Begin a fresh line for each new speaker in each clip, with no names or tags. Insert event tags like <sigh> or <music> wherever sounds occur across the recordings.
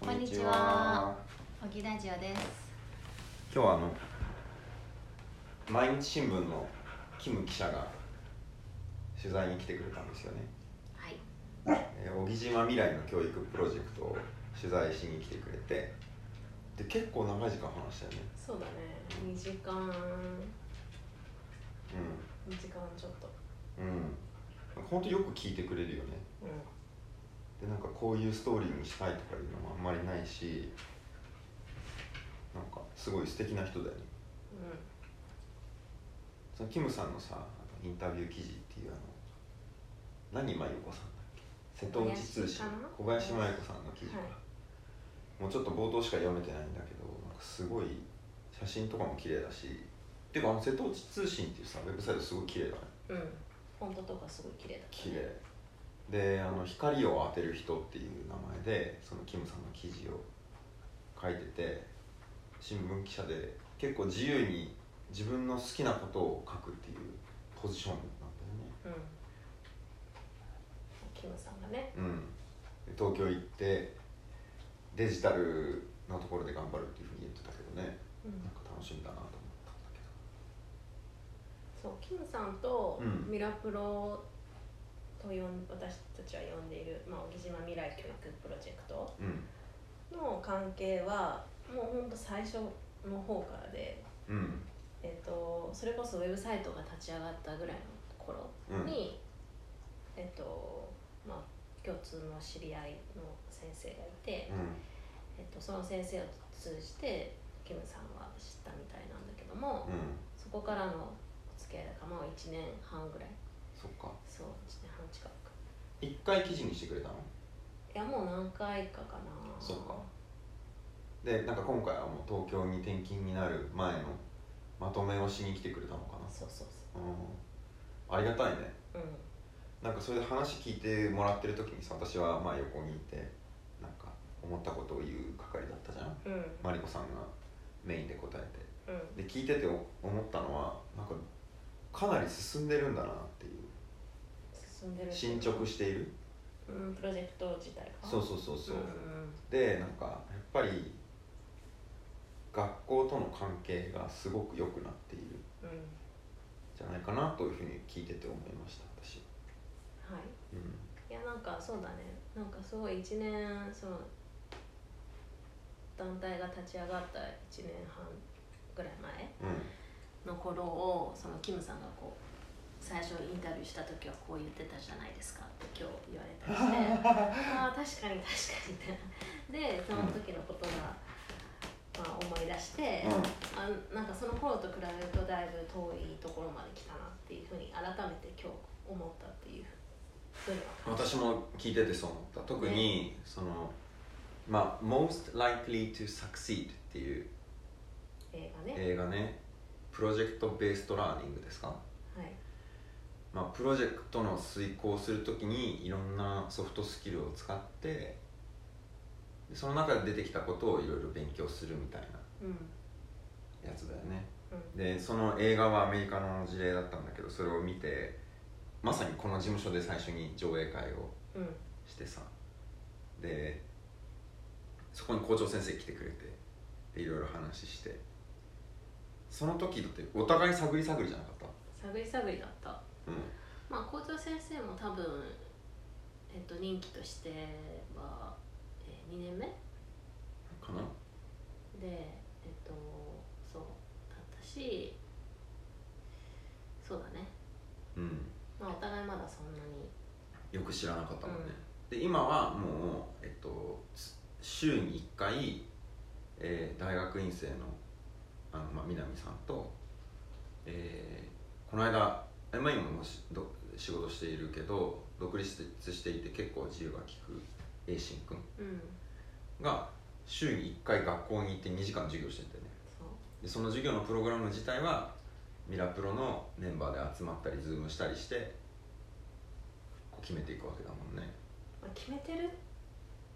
こんにちは。小木ラジオです。
今日はあの毎日新聞のキム記者が取材に来てくれたんですよね。
はい。
えー小木島未来の教育プロジェクトを取材しに来てくれて、で結構長い時間話したよね。
そうだね2時間2時間ちょっと
うんうん。本当よく聞いてくれるよね。
う
でなんかこういうストーリーにしたいとかいうのもあんまりないし、なんかすごい素敵な人だよね。
んうん
そのキムさんのさあのインタビュー記事っていうあの何真由子さんだっけ瀬戸内通信
小
小林
林か
真
な
由子さんの記事から、
はい
もうちょっと冒頭しか読めてないんだけどなんかすごい写真とかも綺麗だしっていうかあの瀬戸内通信っていうさウェブサイトすごい綺麗だね
うんフォントとかすごい綺麗だった
綺麗であの「光を当てる人」っていう名前でそのキムさんの記事を書いてて新聞記者で結構自由に自分の好きなことを書くっていうポジションなん
うんキムさんがね
だよねうんで東京行ってデジタルのところで頑張るっていうふうに言ってたけどね
うん
なんか楽しみだなと思ったんだけど
そうキムさんと
うん
ミラプロと呼ん私たちは呼んでいる、まあ、小木島未来教育プロジェクト
う
の関係はもうほんと最初の方からで、
んうん
えっとそれこそウェブサイトが立ち上がったぐらいの頃
うん
に、えっとまあ共通の知り合いの先生がいて、えっと、その先生を通じてキムさんは知ったみたいなんだけども、
うんうん
そこからのお付き合いだからもう1年半ぐらい
そっか
そう1年半近く
一回記事にしてくれたの
いやもう何回かかな
そうかでなんか今回はもう東京に転勤になる前のまとめをしに来てくれたのか
そうそう
なうんありがたいね
そううん
なんかそれで話聞いてもらってる時にさ私はまあ横にいてなんか思ったことを言う係だったじゃん
うん
マリコさんがメインで答え
うん
てで聞いてて思ったのはなんかかなり進んでるんだなっていう
進んでる
進捗している
うんプロジェクト自体が
そうそうそうそう、
んん
でなんかやっぱり学校との関係がすごく良くなっているん
うんうん
じゃないかなというふうに聞いてて思いました私
はい
うん
いやなんかそうだねなんかすごい1年その団体が立ち上がった1年半ぐらい前
う
の頃をそのキムさんがこう最初インタビューした時はこう言ってたじゃないですかって今日言われ
<laughs>
たりしてああ確かに確かにみたいなでその時のことが、まあ、思い出して、
んうん
あなんかその頃と比べるとだいぶ遠いところまで来たなっていうふうに改めて今日思ったっていうふうには感じ
私も聞いててそう思った特にそのまあ「Most Likely to Succeed」っていう
映画ね、
映画ねプロジェクトベーストラーニングですか
はい
まあ、プロジェクトの遂行するときにいろんなソフトスキルを使ってでその中で出てきたことをいろいろ勉強するみたい
うん
なやつだよね
うん
でその映画はアメリカの事例だったんだけどそれを見てまさにこの事務所で最初に上映会を
うん
してさでそこに校長先生来てくれてでいろいろ話してその時だってお互い探り探りじゃなかった
探り探りだった
う
まあ校長先生も多分えっと任期としては、えー、2年目
んかな
でえっとそうだったしそうだね
うん
まあお互いまだそんなに
よく知らなかったもんね、で今はもう、えっと、つ週に1回、えー大学院生のあの、まあ、南さんと、えーこの間えまあ今もしど仕事しているけど独立していて結構自由が利く栄信君
うん
が週に1回学校に行って2時間授業しててね
そう
でその授業のプログラム自体はミラプロのメンバーで集まったりズームしたりしてこう決めていくわけだもんね
まあ、決めてるっ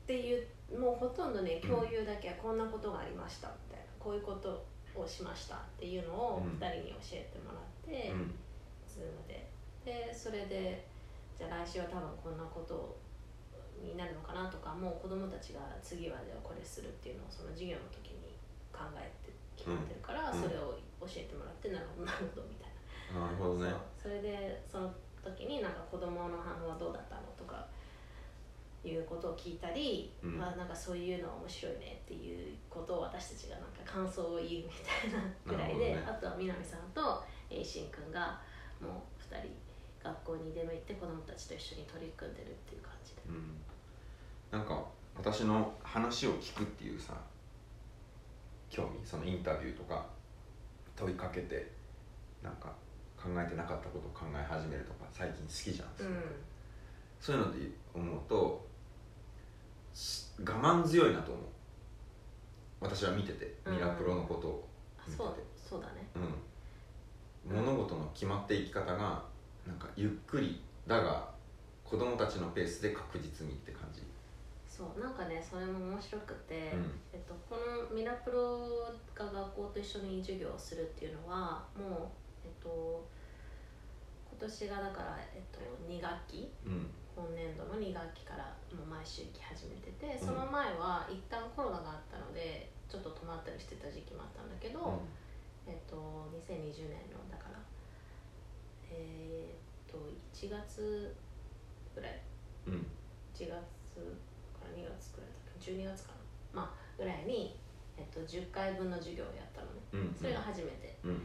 ていうもうほとんどね
うん
共有だけはこんなことがありましたみたいなこういうことをしましたっていうのを
うん
2人に教えてもらって、
うん
ズームででそれでじゃあ来週は多分こんなことをになるのかなとかもう子どもたちが次はではこれするっていうのをその授業の時に考えて決まってるから、
うん
それを教えてもらってなるほどなるほどみたいな。
なるほどね
そうそれでその時になんか子供の反応はどうだったのとかいうことを聞いたり、
うん
まあなんかそういうのは面白いねっていうことを私たちがなんか感想を言うみたいなぐらいで、
なるほどね
あとは南さんと栄心くんがもう2人学校に出向いて子供たちと一緒に取り組んでるっていう感じで、
うんなんか私の話を聞くっていうさ興味そのインタビューとか問いかけてなんか考えてなかったことを考え始めるとか最近好きじゃん、
うん、
そういうので思うとし我慢強いなと思う私は見ててミラプロのことを
あそうそうだね
うん、物事の決まっていき方がなんかゆっくりだが子供たちのペースで確実にって感じ、
そうなんかねそれも面白く
う
て、
ん
えっと、このミラプロが学校と一緒に授業をするっていうのはもう、えっと、今年がだから、えっと、2学期
うん
今年度の2学期からもう毎週来始めてて
うん
その前は一旦コロナがあったのでちょっと止まったりしてた時期もあったんだけど、えっと、2020年のだからえーっと1月ぐらい
うんうん
1月から2月くらいだっけ12月かなまあぐらいに、えっと、10回分の授業をやったのね
うん
それが初めて、
うん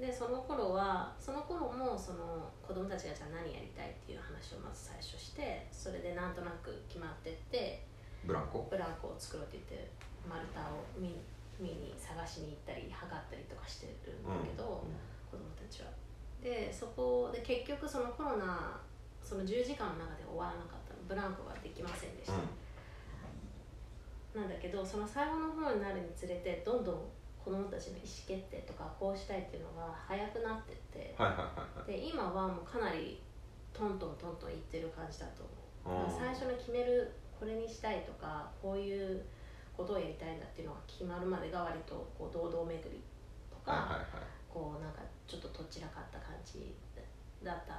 でその頃はその頃もその子供たちがじゃあ何やりたいっていう話をまず最初してそれでなんとなく決まってって
ブランコ
ブランコを作ろうって言って丸太を見見に探しに行ったり測ったりとかしてるんだけど、子供たちはでそこで結局そのコロナその10時間の中で終わらなかったのブランコができませんでした、なんだけどその最後の方になるにつれてどんどん子どもたちの意思決定とかこうしたいっていうのが早くなってって
はいはいはいはい
で今はもうかなりトントントントンいってる感じだと思う、
あー
最初の決めるこれにしたいとかこういうことをやりたいんだっていうのが決まるまでが割とこう堂々巡りとか、
はいはいはい
こうなんかちょっととっちらかった感じだったん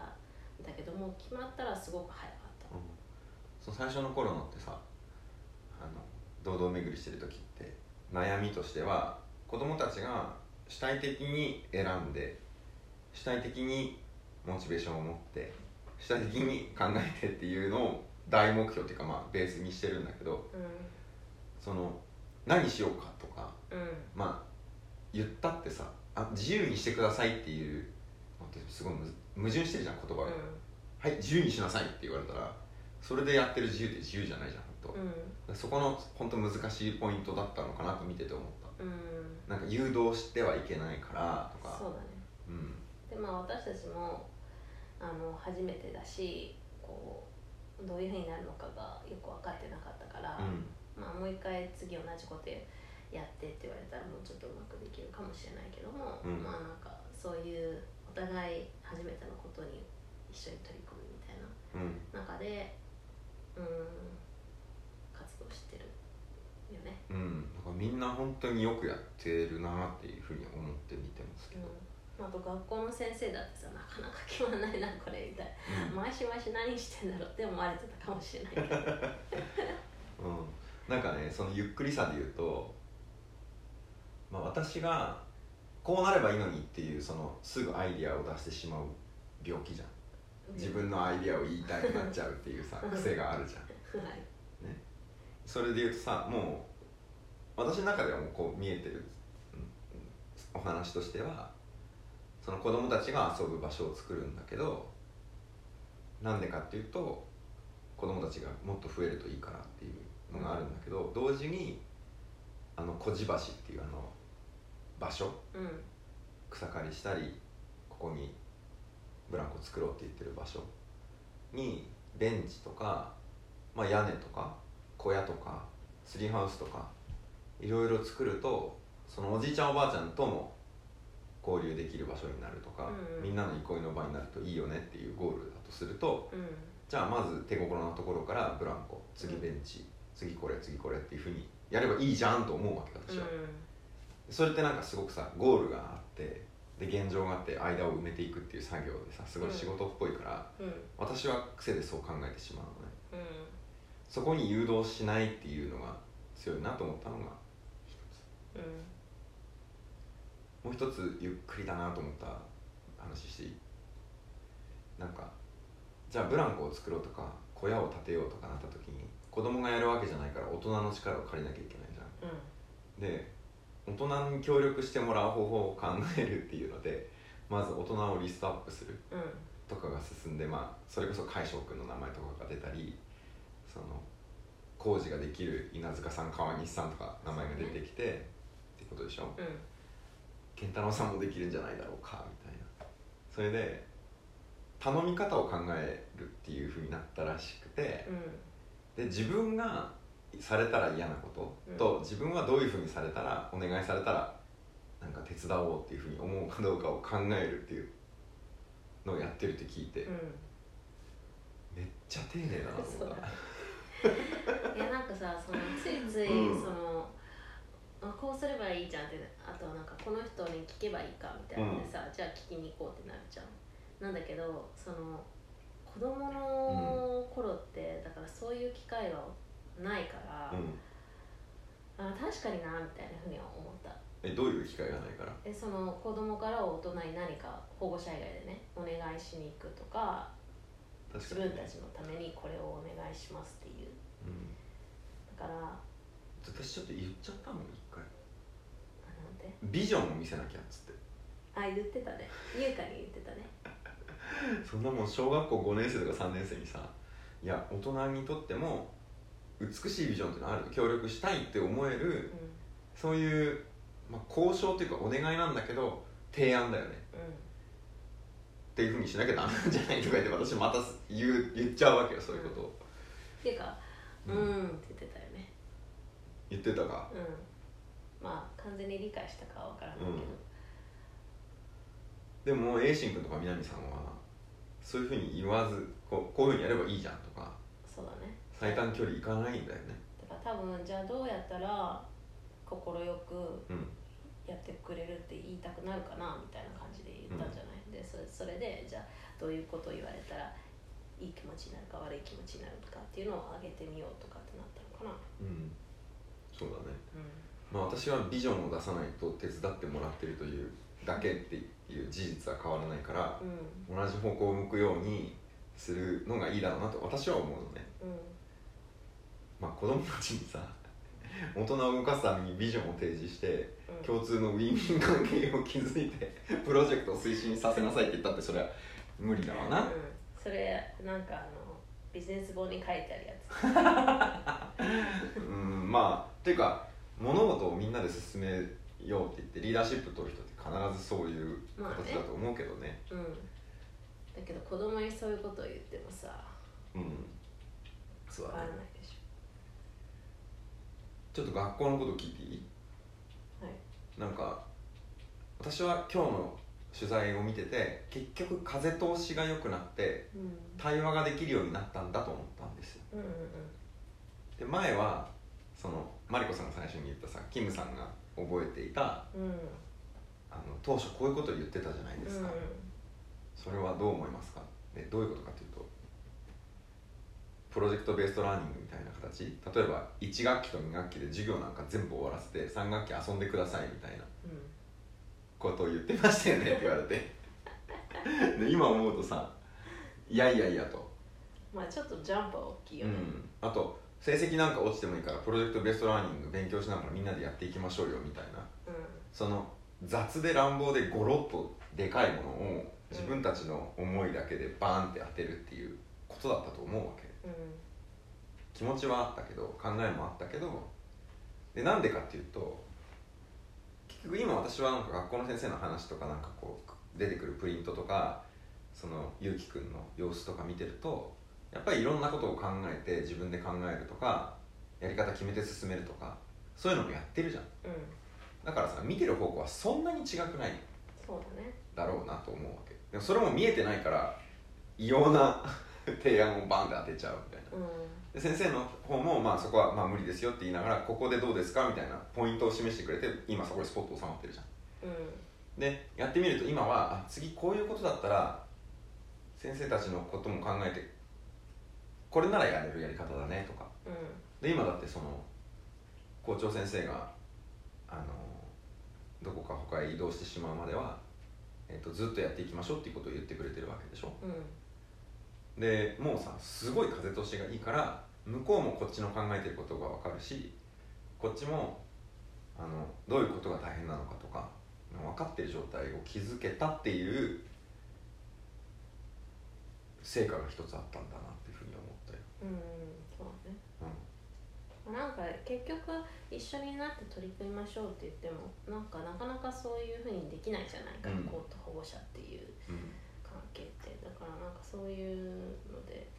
だけどもう決まったらすごく早かった、
うんその最初の頃のってさあの堂々巡りしてる時って悩みとしては子供たちが主体的に選んで主体的にモチベーションを持って主体的に考えてっていうのを大目標っていうかまあベースにしてるんだけど
う
その何しようかとか
んうん
まあ言ったってさあ自由にしてくださいっていうのってすごいむず矛盾してるじゃん言葉が、はい自由にしなさいって言われたらそれでやってる自由って自由じゃないじゃん本
うん
当、そこの本当難しいポイントだったのかなと見てて思っ
うんうん
たなんか誘導してはいけないからとか
そうだね
うん
でまあ私たちもあの初めてだしこうどういうふうになるのかがよく分かってなかったから、
うん
まあ、もう一回次同じことやってって言われたらもうちょっとうまくできるかもしれないけども、
うん
まあなんかそういうお互い初めてのことに一緒に取り組むみたいな
うん
中でうーん活動してるよね、
うん、だからみんな本当によくやってるなっていうふうに思って見てますけど、
うん、あと学校の先生だってさなかなか決まんないなこれみたいな毎週毎週何してんだろうって思われてたかもしれないけど
うん、なんかねそのゆっくりさで言うと、まあ、私がこうなればいいのにっていうそのすぐアイディアを出してしまう病気じゃん自分のアイディアを言いたくなっちゃうっていうさ癖があるじゃん
はい
それで言うとさもう私の中ではもうこう見えてるうんお話としてはその子供たちが遊ぶ場所を作るんだけどなんでかっていうと子供たちがもっと増えるといいかなっていうのがあるんだけど、同時にあの小地橋っていうあの場所
うん
草刈りしたりここにブランコ作ろうって言ってる場所にベンチとか、まあ、屋根とか小屋とかツリーハウスとかいろいろ作るとそのおじいちゃんおばあちゃんとも交流できる場所になるとか、
うんうん
みんなの憩いの場になるといいよねっていうゴールだとすると
うん
じゃあまず手心のところからブランコ次ベンチ、次これ次これっていうふうにやればいいじゃんと思うわけ
う
私
ん
は。それってなんかすごくさゴールがあってで現状があって間を埋めていくっていう作業でさすごい仕事っぽいから、
うん
私は癖でそう考えてしまうのね
うん
そこに誘導しないっていうのが強いなと思ったのが
うん
もう一つゆっくりだなと思った話していいなんかじゃあブランコを作ろうとか小屋を建てようとかなった時に子供がやるわけじゃないから大人の力を借りなきゃいけないじゃん
うん
で大人に協力してもらう方法を考えるっていうのでまず大人をリストアップする
うん
とかが進んで、まあ、それこそ海翔君の名前とかが出たりその工事ができる稲塚さん川西さんとか名前が出てきて、ってことでしょ
うん
健太郎さんもできるんじゃないだろうかみたいなそれで頼み方を考えるっていうふうになったらしくてで自分がされたら嫌なことと、自分はどういうふうにされたらお願いされたらなんか手伝おうっていうふうに思うかどうかを考えるっていうのをやってるって聞いて、
うんうん
めっちゃ丁寧だなと思った
いやなんかさそのついつい
うん
その、あこうすればいいじゃんってあとなんかこの人に聞けばいいかみたいなでさ、じゃあ聞きに行こうってなるじゃんなんだけどその子供の頃って、だからそういう機会はないから、
うん
あ確かになみたいなふうには思った
えどういう機会がないから
でその子供から大人に何か保護者以外でねお願いしに行くとか自
確かに
分たちのためにこれをお願いしますっていう
うん
だからあ
私ちょっと言っちゃったもん一回
なんて
ビジョンを見せなきゃっつって <laughs>
あ言ってたね優香に言ってたね
そんなもん小学校5年生とか3年生にさいや大人にとっても美しいビジョンっていうのはある協力したいって思え
う
る
ん
そういう、まあ、交渉っていうかお願いなんだけど提案だよね
う
っていうふうにしなきゃダメなんじゃないとか言って私また言う言っちゃうわけよそういうことを、
んっていうかう
うんん
って言ってたよね
言ってたか
うんまあ完全に理解したかはわからないけど、
うんでも栄心君とか南さんはそういうふうに言わずこうこういうふうにやればいいじゃんとか
そうだね
最短距離いかないんだよね
だから多分じゃあどうやったら快く
うん
やってくれるって言いたくなるかなみたいな感じで言ったんじゃない、でそれそれでじゃあどういうことを言われたらいい気持ちになるか悪い気持ちになるかっていうのを上げてみようとかってなったのかな
うんそうだね
う
まあ、私はビジョンを出さないと手伝ってもらってるというだけっていう事実は変わらないから
ん
同じ方向を向くようにするのがいいだろうなと私は思うのね、
うん
まあ、子供たちにさ大人を動かすためにビジョンを提示して
うん
共通のウィンウィン関係を築いてプロジェクトを推進させなさいって言ったってそれは無理だわ
うん
な、
それなんかあのビジネス本に書いてあるやつ
うん、まあっていうか物事をみんなで進めようって言ってリーダーシップ取る人って必ずそういう形だと思うけどね
うんだけど子供にそういうことを言ってもさ
うんそう
わ
だ
から
ね
ないでし
ちょっと学校のこと聞いていい
ょはい
なんか私は今日の取材を見てて結局風通しが良くなって
うん
対話ができるようになったんだと思ったんですよ
うんうん
で前はそのマリコさんが最初に言ったさキムさんが覚えていた
うんうん
あの当初こういうことを言ってたじゃないで
う
す
ん
か、それはどう思いますかでどういうことかというとプロジェクトベーストラーニングみたいな形例えば1学期と2学期で授業なんか全部終わらせて3学期遊んでくださいみたいな
うん
ことを言ってましたよねって言 <laughs> われてで今思うとさいやいやいやと、
まあちょっとジャンプは大きいうよね
ん、あと成績なんか落ちてもいいからプロジェクトベーストラーニング勉強しながらみんなでやっていきましょうよみたいな
うん
その雑で乱暴でゴロッとでかいものを自分たちの思いだけでバーンって当てるっていうことだったと思うわけ
うん
気持ちはあったけど考えもあったけどでなんでかっていうと結局今私はなんか学校の先生の話とかなんかこう出てくるプリントとかそのゆうきくんの様子とか見てるとやっぱりいろんなことを考えて自分で考えるとかやり方決めて進めるとかそういうのもやってるじゃん
うん
だからさ見てる方向はそんなに違くない
そうだね
だろうなと思うわけでもそれも見えてないから異様な <laughs> 提案をバンって当てちゃうみたいな
うん
で先生の方も、まあ、そこはまあ無理ですよって言いながらここでどうですかみたいなポイントを示してくれて今そこでスポット収まってるじゃん
うん
でやってみると今はあ次こういうことだったら先生たちのことも考えてこれならやれるやり方だねとか
うん
で今だってその校長先生があのどこか他へ移動してしまうまでは、えっとずっとやっていきましょうっていうことを言ってくれてるわけでしょ
うん
でもうさすごい風通しがいいから向こうもこっちの考えてることが分かるしこっちもあのどういうことが大変なのかとか分かってる状態を築けたっていう成果が一つあったんだなっていうふうに思ったよ、
うんそうだねなんか結局一緒になって取り組みましょうって言ってもなんかなかなかそういうふうにできないじゃない
うん
学校と保護者っていう
うん
関係ってだからなんかそういうので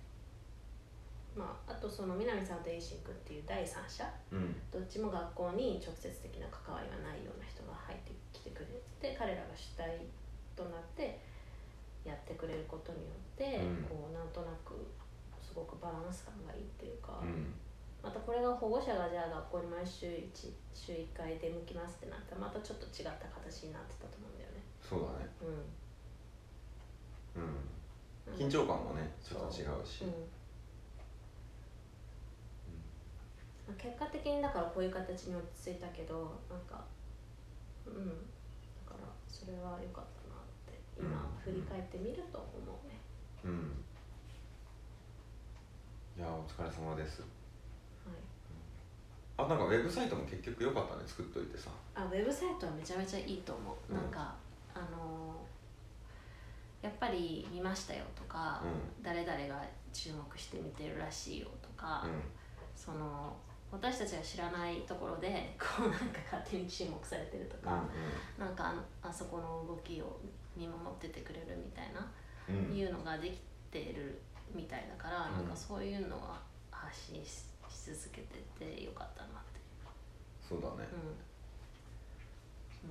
まああとその南さんとエイシン君っていう第三者
うんうん
どっちも学校に直接的な関わりはないような人が入ってきてくれて彼らが主体となってやってくれることによって、
うん
こうなんとなくすごくバランス感がいいっていうか、
うん
またこれが保護者がじゃあ学校に毎週 1, 週1回出向きますってなったらまたちょっと違った形になってたと思うんだよね。
そうだね
う
うん
ん、
緊張感もねちょっと違うし
うんまあ結果的にだからこういう形に落ち着いたけどなんかうんだからそれは良かったなって今振
うん
り返ってみると思うね、
うん、いやお疲れ様です
はい、
あなんかウェブサイトも結局良かったね作っといてさ
あウェブサイトはめちゃめちゃいいと思
う
う、
ん
なんかあのーやっぱり見ましたよとか、
う
誰々が注目して見てるらしいよとか、
う
その私たちが知らないところでこうなんか勝手に注目されてると
ん
か、なんかあのあそこの動きを見守っててくれるみたいな、
うんうん
いうのができてるみたいだから、
うん
なんかそういうのが発信しし続けててよかったなって
そうだね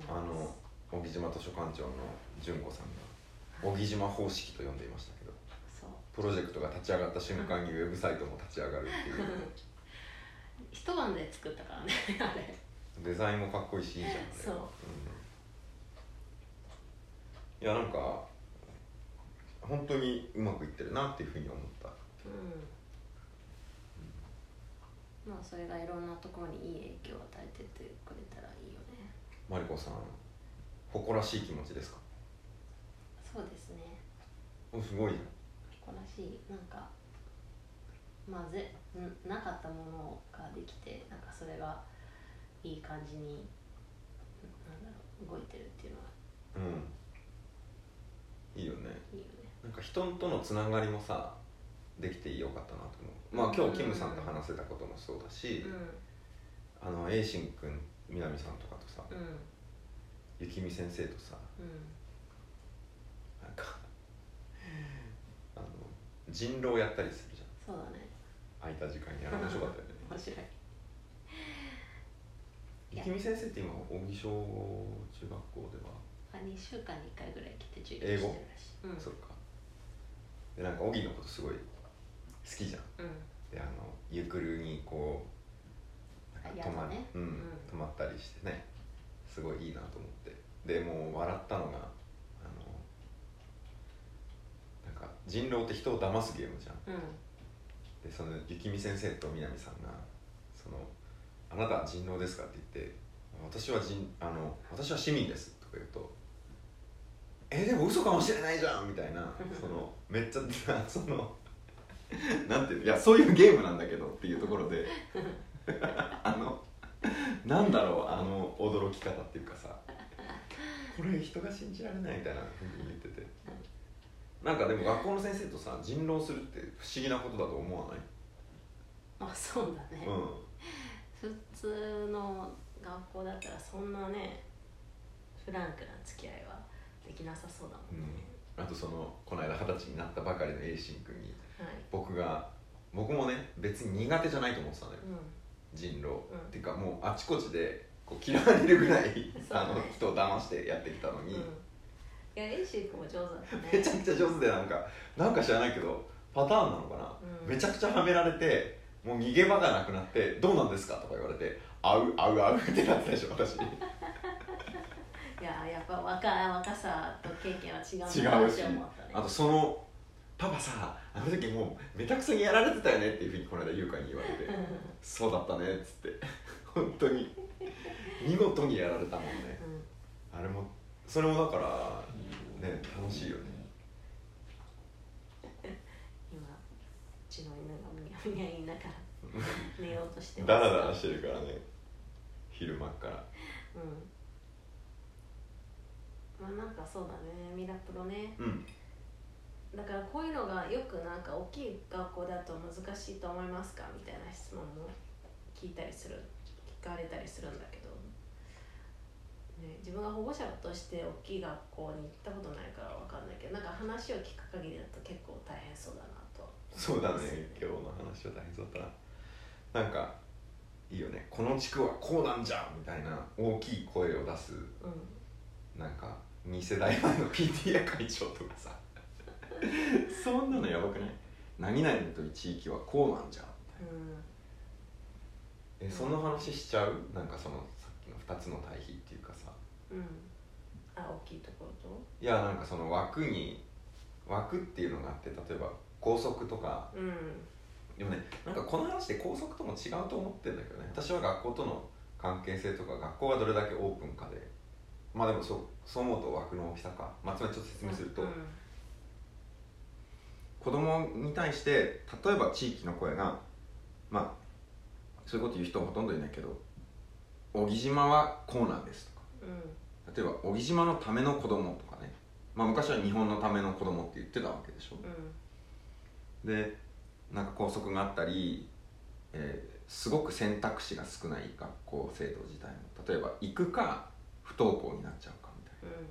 いう、うん、
あの小木島図書館長の純子さんが小木島方式と呼んでいましたけど
そう
プロジェクトが立ち上がった瞬間にウェブサイトも立ち上がるっていう
一晩で作ったからね <laughs> あれ
デザインもかっこいいしいいじゃんね
そうん
いやなんか本当にうまくいってるなっていうふうに思った
うんまあそれがいろんなところにいい影響を与えてってくれたらいいよね
マリコさん誇らしい気持ちですか
そうですね
おすごいじ
誇らしいなんかまあぜんなかったものができてなんかそれがいい感じになんだろう動いてるっていうのは
ゃんうんいいよね
いいよね
なんか人とのつながりもさできてよかったなと思うまあ今日キムさんと話せたこともそうだし、あのエイシンくん南さんとかとさ、
うんうん
ゆきみ先生とさ
うん
なんか <laughs> あの人狼やったりするじゃん
そうだね
空いた時間にやら面白かったよね
面白いい
ゆ
や
きみ先生って今大木小中学校では、
あ2週間に1回ぐらい来て授業してるらしいうん
そっかでなんか小木のことすごい好きじゃん
うん
であのゆくるにこうなんか泊ま,、
宿ね
うん
うん
泊まったりしてねすごいいいなと思ってでもう笑ったのがあのなんか人狼って人を騙すゲームじゃん
うん
でその雪見先生と南さんが「そのあなたは人狼ですか?」って言って「私は人あの私は市民です」とか言うと「えでも嘘かもしれないじゃん」みたいなそのめっちゃ <laughs> そのなんていうのいやそういうゲームなんだけどっていうところであのなんだろうあの驚き方っていうかさこれ人が信じられないみたいなふうに言っててなんかでも学校の先生とさ人狼するって不思議なことだと思わない
まあそうだね、
うん
普通の学校だったらそんなねフランクな付き合いはできなさそうだもんね、
あとそのこの間二十歳になったばかりのエイシン君に
はい
僕が僕もね別に苦手じゃないと思ってたのよ
う
人狼、
うん
っていうかもうあちこちでこう嫌われるぐらい、あ
そう
の
ね
人を騙してやってきたの
ん、
に、
うん、いやエイシー君も上手だったね
めちゃくちゃ上手でなんかなんか知らないけどパターンなのかな、
うん
めちゃくちゃはめられてもう逃げ場がなくなって「どうなんですか?」とか言われて「あうあうあう」ってなってたでしょ私
いややっぱ若若さと経験は違うんだ
違
な
う
っ
して
思ったね
あとそのパパさあの時もうめちゃくちゃにやられてたよねっていうふうにこの間優香に言われて
うん
そうだったねっつって本当に見事にやられたもんねあれもそれもだからね楽しいよね
今うちの犬がむにゃむにゃ言いながら寝ようとしてます
ダラダラしてるからね昼間っから
うんまあなんかそうだねミラプロね
うん
だからこういうのがよくなんか大きい学校だと難しいと思いますかみたいな質問も聞いたりする聞かれたりするんだけど、ね、自分が保護者として大きい学校に行ったことないからわかんないけどなんか話を聞く限りだと結構大変そうだなと
そうだね
思いますよ
今日の話は大変そうだったななんかいいよねこの地区はこうなんじゃみたいな大きい声を出す
うん
なんか2世代前の PTA 会長とかさそんなのやばくない何々という地域はこうなんじゃんみたいな
うん
えその話しちゃうなんかそのさっきの2つの対比っていうかさ
うんあ大きいところと
いやなんかその枠に枠っていうのがあって例えば校則とか
うん
でもねなんかこの話で校則とも違うと思ってるんだけどね私は学校との関係性とか学校がどれだけオープンかでまあでもそうそう思うと枠の大きさか、まあ、つまりちょっと説明すると、
うん
子供に対して例えば地域の声がまあそういうこと言う人はほとんどいないけど「小木島はこうなんです」とか
うん
例えば「小木島のための子供とかねまあ昔は日本のための子供って言ってたわけでしょ
うん
でなんか校則があったり、えーすごく選択肢が少ない学校制度自体も例えば行くか不登校になっちゃうかみたい
うん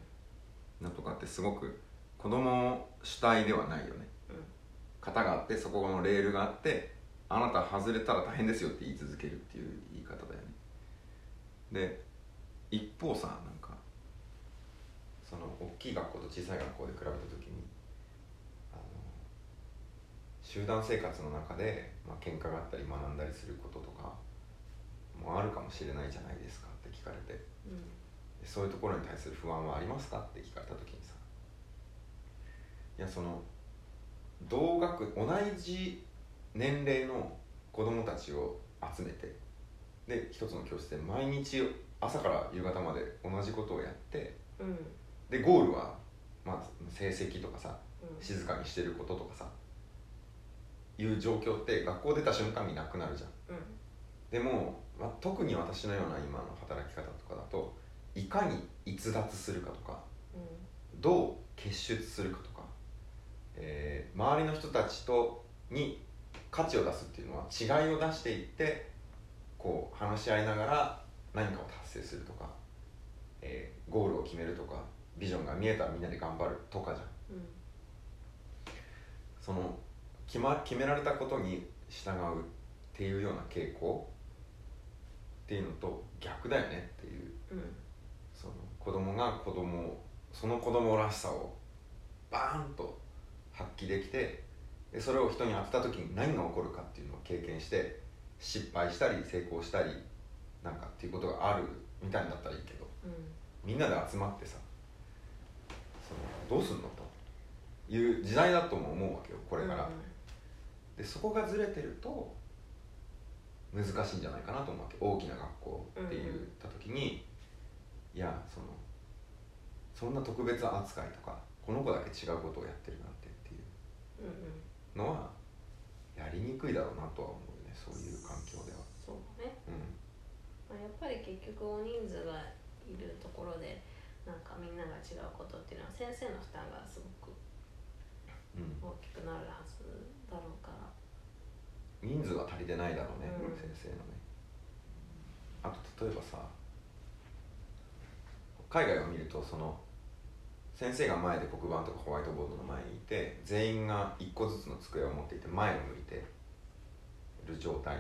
なのとかってすごく子供主体ではないよね
うん
型があってそこのレールがあってあなた外れたら大変ですよって言い続けるっていう言い方だよねで一方さなんかその大きい学校と小さい学校で比べた時にあの集団生活の中で、まあ喧嘩があったり学んだりすることとかもあるかもしれないじゃないですかって聞かれて
うん
そういうところに対する不安はありますかって聞かれた時にさいやその同学同じ年齢の子供たちを集めてで一つの教室で毎日朝から夕方まで同じことをやって
うんうん
でゴールは、まあ、成績とかさ静かにしてることとかさいう状況って学校出た瞬間になくなるじゃん。
うん
でも、まあ、特に私のような今の働き方とかだといかに逸脱するかとか
う
どう結出するかとか、えー周りの人たちとに価値を出すっていうのは違いを出していってこう話し合いながら何かを達成するとか、えーゴールを決めるとかビジョンが見えたらみんなで頑張るとかじゃん。
んうん
その決,、ま、決められたことに従うっていうような傾向っていうのと逆だよねっていう
うん
その子供が子供をその子供らしさをバーンと発揮できてでそれを人に当てた時に何が起こるかっていうのを経験して失敗したり成功したりなんかっていうことがあるみたいだったらいいけど
う
みんなで集まってさそのどうすんのという時代だとも思うわけよこれ
ん
から。でそこがずれてると難しいんじゃないかなと思うわけ大きな学校って言った時に、いやそのそんな特別扱いとかこの子だけ違うことをやってるなんてっていう
うんうん
のはやりにくいだろうなとは思うよねそういう環境では。
そうね、
う
まあ、やっぱり結局大人数がいるところでなんかみんなが違うことっていうのは先生の負担がすごく
んうん
大きくなるはずだろうから
人数は足りてないだろうね、
うん
先生のねあと例えばさ海外を見るとその先生が前で黒板とかホワイトボードの前にいて全員が1個ずつの机を持っていて前を向いてる状態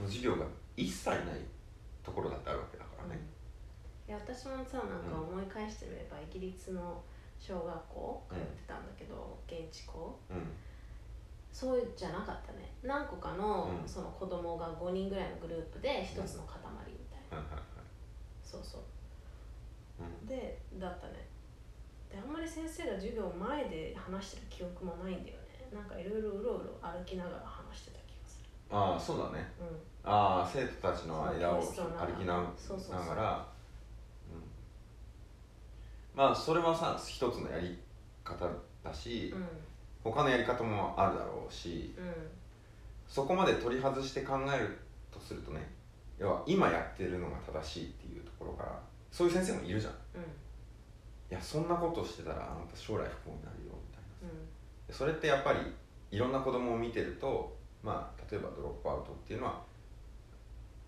うん
の授業が一切ないところだってあるわけだからね、
いや私もさなんか思い返してみれば、イギリスの小学校通ってたんだけど、現地校
うん
そうじゃなかったね何個かの,、
うん
その子供が5人ぐらいのグループで一つの塊みたいな、
はいはいはい
そうそう
うん
でだったねであんまり先生が授業前で話してる記憶もないんだよねなんかいろいろうろうろ歩きながら話してた気がする
ああそうだね
うん
ああ生徒たちの間を歩
そうそう
きな
そうそうそう
ながら、うん、まあそれはさ一つのやり方だし、
う
他のやり方もあるだろうし
んうん
そこまで取り外して考えるとするとね要は今やってるのが正しいっていうところからそういう先生もいるじゃんい
うん
やそんなことしてたらあなた将来不幸になるよみたいな
うん
それってやっぱりいろんな子供を見てると、まあ、例えばドロップアウトっていうのは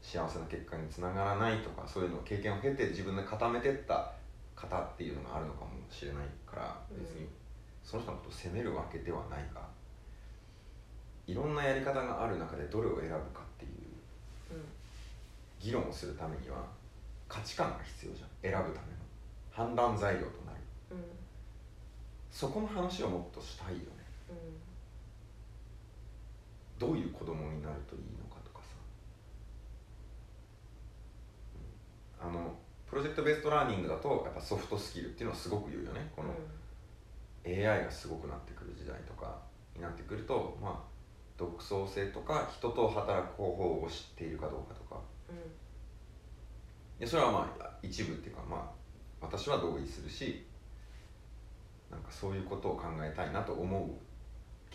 幸せな結果につながらないとかそういうのを経験を経て自分で固めてった方っていうのがあるのかもしれないから
うん
別にその人のことを責めるわけではないがいろんなやり方がある中でどれを選ぶかっていう
うん
議論をするためには価値観が必要じゃん選ぶための判断材料となる
うん
そこの話をもっとしたいよね
うん
どういう子供になるといいのかとかさ、うんあのプロジェクトベーストラーニングだとやっぱソフトスキルっていうのはすごく言うよねこの AI がすごくなってくる時代とかになってくるとまあ独創性とか人と働く方法を知っているかどうかとか
う
でそれはまあ一部っていうかまあ私は同意するしなんかそういうことを考えたいなと思う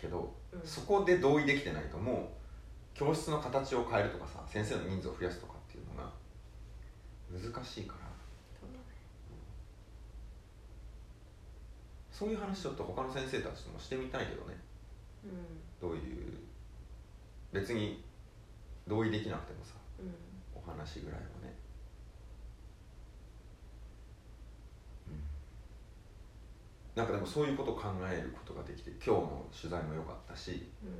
けど
んうん
そこで同意できてないともう教室の形を変えるとかさ先生の人数を増やすとかっていうのが難しいから
そうだね
そういう話ちょっと他の先生たちともしてみたいけどね
うん
どういう別に同意できなくてもさ
うん
お話ぐらいはね、うん、なんかでもそういうことを考えることができて今日の取材も良かったし
うん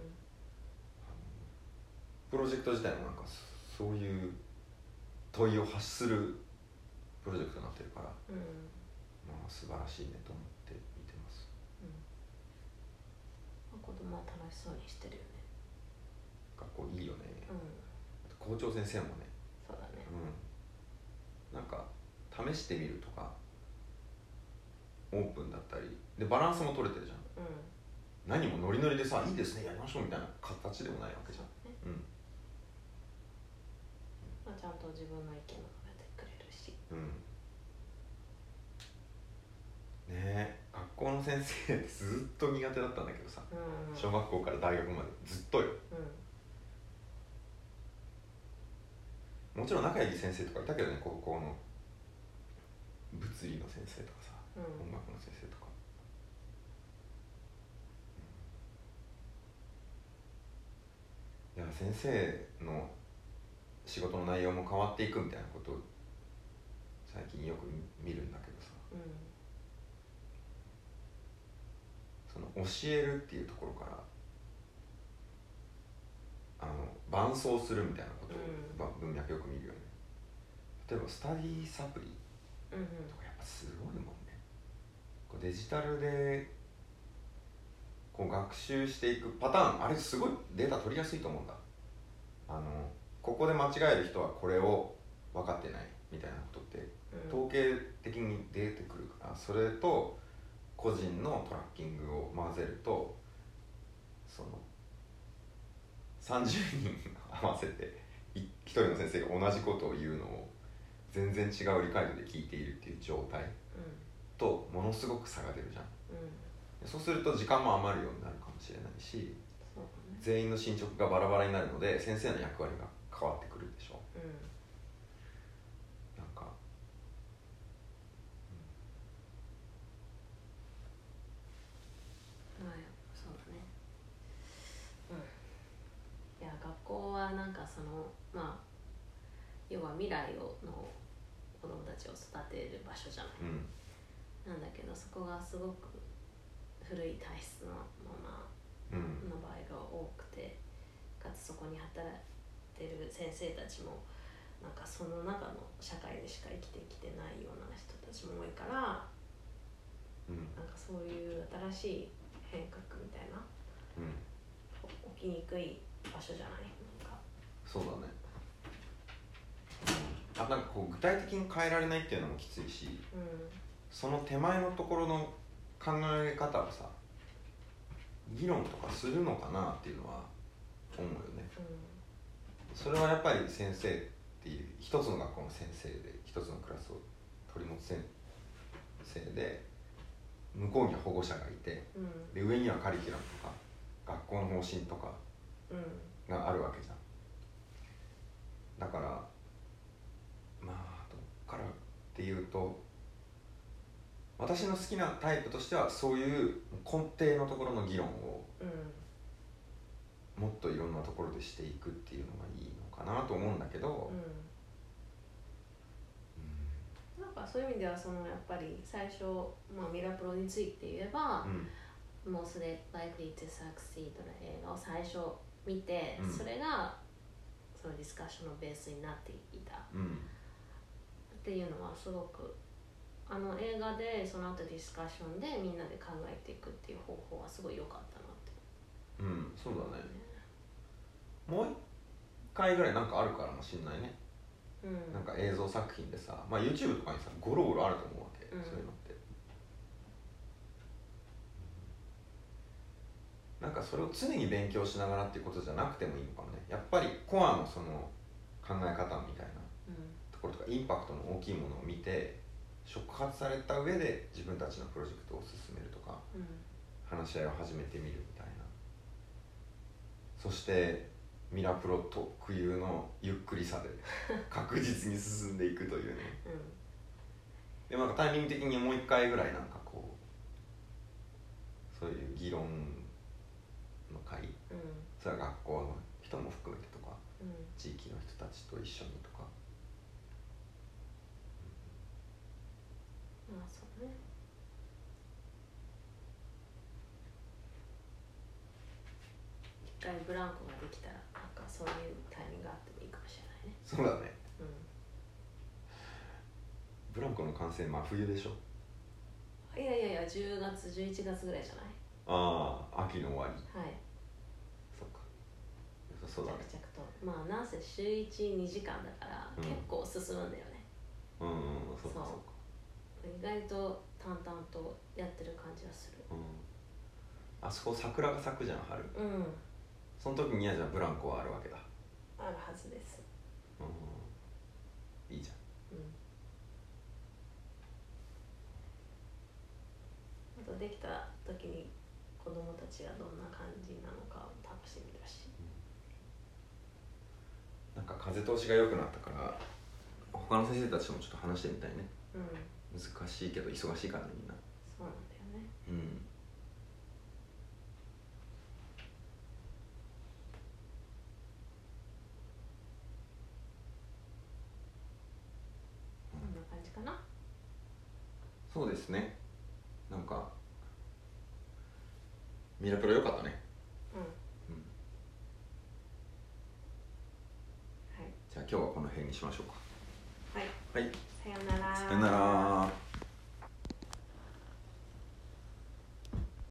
プロジェクト自体もなんかそそういう問いを発するプロジェクトになってるから、
うん
まあ、素晴らしいねと思って見てます
うん子供は楽しそうにしてるよね
学校いいよね
うん
校長先生もね、
そうだね
うん、なんか試してみるとかオープンだったりでバランスも取れてるじゃん
うん
何もノリノリでさいいですねやりましょうみたいな形でもないわけじゃん、
ね
うん
まあちゃんと自分の意見も述べてくれるし
うんねえ学校の先生ってずっと苦手だったんだけどさ
うんうん
小学校から大学までずっとよ
う
もちろん仲良い先生とかいたけどね高校の物理の先生とかさ
んうん
音楽の先生とかいや先生の仕事の内容も変わっていくみたいなことを最近よく見るんだけどさ
うん
その教えるっていうところからあの伴奏するみたいなことを、
うん
ば文脈よく見るよね例えばスタディサプリ
うんうん
とかやっぱすごいもんねこうデジタルでこう学習していくパターンあれすごいデータ取りやすいと思うんだあのここで間違える人はこれを分かってないみたいなことって統計的に出てくるからそれと個人のトラッキングを混ぜるとその30人合わせて1人の先生が同じことを言うのを全然違う理解度で聞いているっていう状態とものすごく差が出るじゃん
うんうん
でそうすると時間も余るようになるかもしれないし
そうだね
全員の進捗がバラバラになるので先生の役割が変わってくるでしょ
うん
なんか、
まあそうだねうんいや学校はなんかそのまあ要は未来をの子供たちを育てる場所じゃない
うん、
なんだけどそこがすごく古い体質のまま
うん
の場合が多くてかつそこに働いてる先生たちもなんかその中の社会でしか生きてきてないような人たちも多いから
うん
なんかそういう新しい変革みたいな
うん
起きにくい場所じゃないなんか
そうだねあなんかこう具体的に変えられないっていうのもきついし
うん
その手前のところの考え方をさ議論とかするのかなっていうのは思うよね
う
それはやっぱり先生っていう一つの学校の先生で一つのクラスを取り持つ先生で向こうには保護者がいて
ん
で上にはカリキュラムとか学校の方針とか
うんうん
があるわけじゃんだからまあどっからっていうと私の好きなタイプとしてはそういう根底のところの議論を
うん
もっといろんなところでしていくっていうのがいいのかなと思うんだけど、
う
うん
なんかそういう意味ではそのやっぱり最初、まあ、ミラプロについて言えば
ん
「もうすで Likely to Succeed」の映画を最初見て、
うん
それがそのディスカッションのベースになっていたっ
うんうん
ていうのはすごくあの映画でその後ディスカッションでみんなで考えていくっていう方法はすごい良かったなって
うんそうだね
思
も
うね
う一回ぐらいなんかあるからもしんないね、
うん
なんか映像作品でさ、まあ、YouTube とかにさゴロゴロあると思うわけ、
うん
そういうのってなんかそれを常に勉強しながらっていうことじゃなくてもいいのかもねやっぱりコアのその考え方みたいな
うん
ところとかインパクトの大きいものを見て触発された上で自分たちのプロジェクトを進めるとか
うん
話し合いを始めてみるみたいなそしてミラプロ特有のゆっくり <laughs> さで確実に進んでいくというね
うん
でもなんかタイミング的にもう一回ぐらいなんかこうそういう議論の会
うん
それは学校の人も含めてとか
うん
地域の人たちと一緒にとか
まあそうね一回ブランコができたらなんかそういうタイミングがあってもいいかもしれないね
そうだね
う
ブランコの完成真冬でしょ
んいやいやいや10月11月ぐらいじゃない
ああ秋の終わり
はい
そっか良さそうだね
着々とまあなんせ週12時間だから
うん
結構進むんだよね、
うんうんうんそうか
そう
そうか
意外と淡々とやってる感じはする
うんあそこ桜が咲くじゃん春
うん
その時にはじゃあブランコはあるわけだ
あるはずです
うんいいじゃん
うんあとできた時に子供たちがどんな感じなのかを楽しみだし
なんか風通しが良くなったから他の先生たちともちょっと話してみたいね
うん
難しいけど忙しいからねみんな
そうなんだよね
うん
こんな感じかな
そうですねなんかミラプロ良かったね、
うんは
うん、
い
じゃあ今日はこの辺にしましょうか
はい
はい
さようなら
さよなら